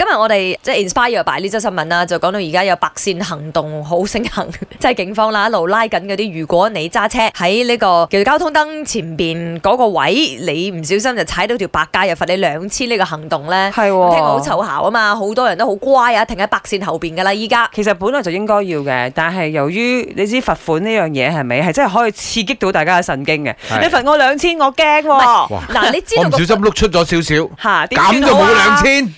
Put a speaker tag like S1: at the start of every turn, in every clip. S1: 日我哋即係 inspire by 呢則新聞啦，就講到而家有白線行動好盛行， 即係警方啦一路拉緊嗰啲，如果你揸車喺呢個叫交通燈前邊嗰個位，你唔小心就踩到條白界，又罰你兩千呢個行動咧，
S2: 係
S1: 聽過好
S2: 喎。
S1: 湊效啊嘛，好多人都好乖啊，停喺白線後邊噶啦，依家。
S2: 其實本來就應該要嘅，但係由於你知罰款呢樣嘢係咪係真係可以刺激到大家嘅神經嘅？
S3: 係
S2: 你罰我兩千，我驚
S1: 係
S2: 喎
S3: 哇
S1: 嗱，你知
S3: 我
S1: 道
S3: 唔
S1: 個
S3: 小心碌出咗少少，
S2: 嚇，點
S3: 咁
S2: 算
S3: 就
S2: 好
S3: 冇
S2: 啊
S3: 兩？千，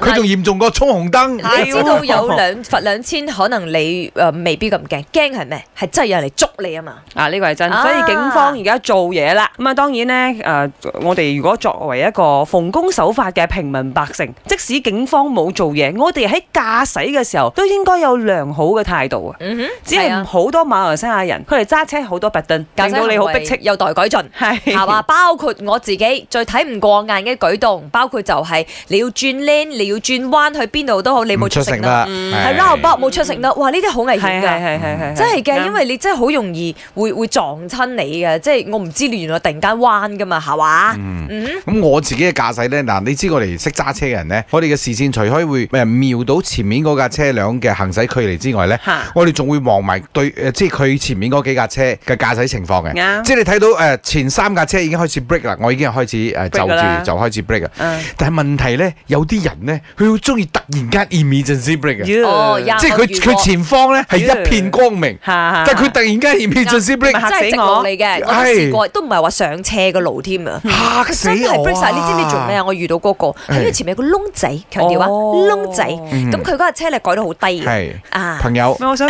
S3: 佢仲嚴重過衝紅燈。
S1: 你啊知道有兩罰兩千，可能你誒、呃未必咁驚，驚係咩？係真係有人嚟捉你啊嘛！
S2: 啊，呢個係真，
S1: 啊
S2: 所以警方而家做嘢啦。咁啊，當然呢，誒、我哋如果作為一個奉公守法嘅平民百姓，即使警方冇做嘢，我哋喺駕駛嘅時候都應該有良好嘅態度啊。
S1: 嗯哼，
S2: 只係唔好多馬來西亞人，佢哋揸車好多拔燈，
S1: 駕
S2: 令
S1: 駛
S2: 到你好逼
S1: 逼
S2: 切。
S1: 有待改進。
S2: 係
S1: 係嘛？包括我自己最睇唔過眼嘅舉動，包括就係你要轉 lane，你要轉彎去邊度都好，你冇
S3: 唔
S1: 出
S3: 出
S1: 城
S3: 城
S1: 啦，
S3: 啦，
S2: 嗯
S1: 係 round about 冇出城啦，哇！呢啲好危
S2: 係係
S1: 險㗎。
S2: 係係係，
S1: 真係嘅，
S2: 啱
S1: 因為你真係好容易會會撞親你嘅，即係我唔知你原來突然間彎㗎嘛，係嘛？嗯，
S3: 咁我自己嘅駕駛呢，嗱，你知我哋識揸車嘅人呢，我哋嘅視線除開會誒瞄到前面嗰架車輛嘅行駛距離之外呢，
S2: 嚇
S3: 我哋仲會望埋對誒，即係佢前面嗰幾架車嘅駕駛情況嘅。
S2: 啱
S3: 即係你睇到誒前三架車已經開始 break 啦，我已經開始誒
S2: Brake
S3: 就
S2: 㗎啦
S3: 住就開始 break 啦。
S2: 嗯
S3: 但係問題呢，有啲人呢，佢好中意突然間 emergency 啊 break 嘅，
S1: 哦呀
S3: 即係佢佢前方呢係一片光明，
S2: 嚇
S3: 但係佢突然間 emergency break。
S2: 嚇
S1: 真係
S2: 死
S1: 直
S2: 我
S1: 路嚟嘅，我都
S3: 唉
S1: 試過，都唔係話上斜嘅路添啊。
S3: 嚇
S1: 佢
S3: 死
S1: 真係
S3: 我
S1: break 晒，你知唔知做咩啊？
S3: 啊！
S1: 我遇到嗰個
S3: 係
S1: 喺佢前面有個窿仔，強調啊，
S2: 哦
S1: 窿仔。
S3: 嗯
S1: 咁佢嗰架車力改到好低嘅，
S3: 係
S1: 啊，
S3: 朋友，
S2: 咩我想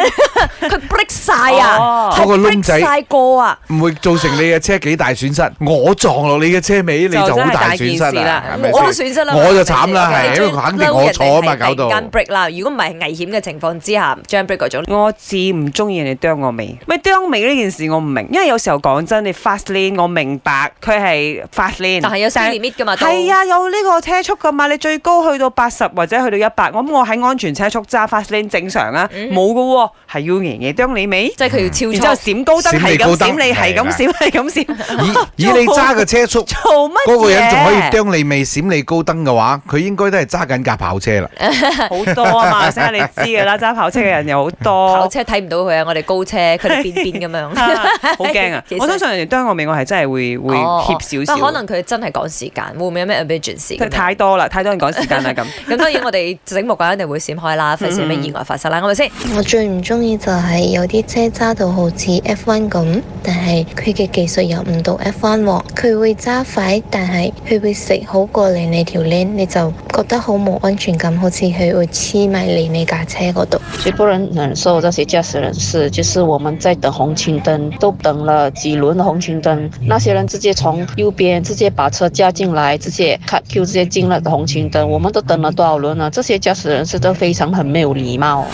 S1: 佢 break 晒啊
S2: 哦，
S1: 係
S3: 嗰個窿
S1: break
S3: 仔
S1: 晒過啊，
S3: 唔會造成你嘅車幾大損失，我撞落你嘅車尾，你就
S2: 就
S3: 好大損失
S2: 真係大件事啦
S3: 啦，係咪
S1: 我都
S3: 先？
S1: 損失啦，
S3: 我就慘啦
S1: 係咪
S3: 係因為佢肯定我錯啊嘛搞到
S1: 最嬲人哋係突然間 break 啦，如果唔係危險嘅情況之下，將 break 嗰種。
S2: 我至唔中意人哋啄我尾，咪啄尾呢件事我唔明，因為有時候講真，你 fast lane 我明白佢係 fast lane，
S1: 但係有 speed limit 㗎嘛都
S2: 係啊，有呢個車速㗎嘛，你最高去到八十或者去到一百，咁我喺安全車速揸 fast lane 正常啊，冇㗎喎，係要人哋啄你尾，
S1: 嗯即係
S3: 嗯
S1: 佢
S2: 然
S1: 要
S2: 之後
S1: 超速，
S2: 閃高燈
S3: 閃
S2: 係
S3: 你
S2: 咁
S3: 高燈
S2: 閃你，係
S3: 係
S2: 咁
S3: 啦
S2: 閃 係咁 閃，
S3: 以以你揸嘅 車速，
S2: 做乜嘢？
S3: 嗰個人仲可以啄你未閃你高燈嘅話，佢應該都係揸緊架跑車啦。
S2: 好多啊 嘛，先你知㗎啦，揸跑車嘅人又好多
S1: 跑。車睇唔到佢啊！我哋高車，佢 哋邊邊咁 樣。
S2: 好驚啊
S1: 其！實
S2: 我相信人哋啄我尾，我係真係會會
S1: 哦哦
S2: 怯少
S1: 不過
S2: 少。
S1: 可能佢真係趕時間，會唔會有咩 emergency 咁樣
S2: 太多啦，太多人趕時間啦咁。
S1: 咁當然我哋醒目嘅一定會閃開啦，費事
S2: 嗯
S1: 有咩意外發生啦，係咪先？
S4: 我最唔中意就係有啲車揸到好似 F1 咁，但係佢嘅技術又唔到 F1 喎。佢會揸快，但係佢會食好過嚟你條 lane，你就覺得好冇安全感，好似佢會黐埋嚟你架車嗰度。
S5: 最不能忍受这些驾驶人士，就是我们在等红绿灯，都等了几轮的红绿灯，那些人直接从右边直接把车加进来，直接 cut Q 直接进了红绿灯，我们都等了多少轮了？这些驾驶人士都非常很没有礼貌。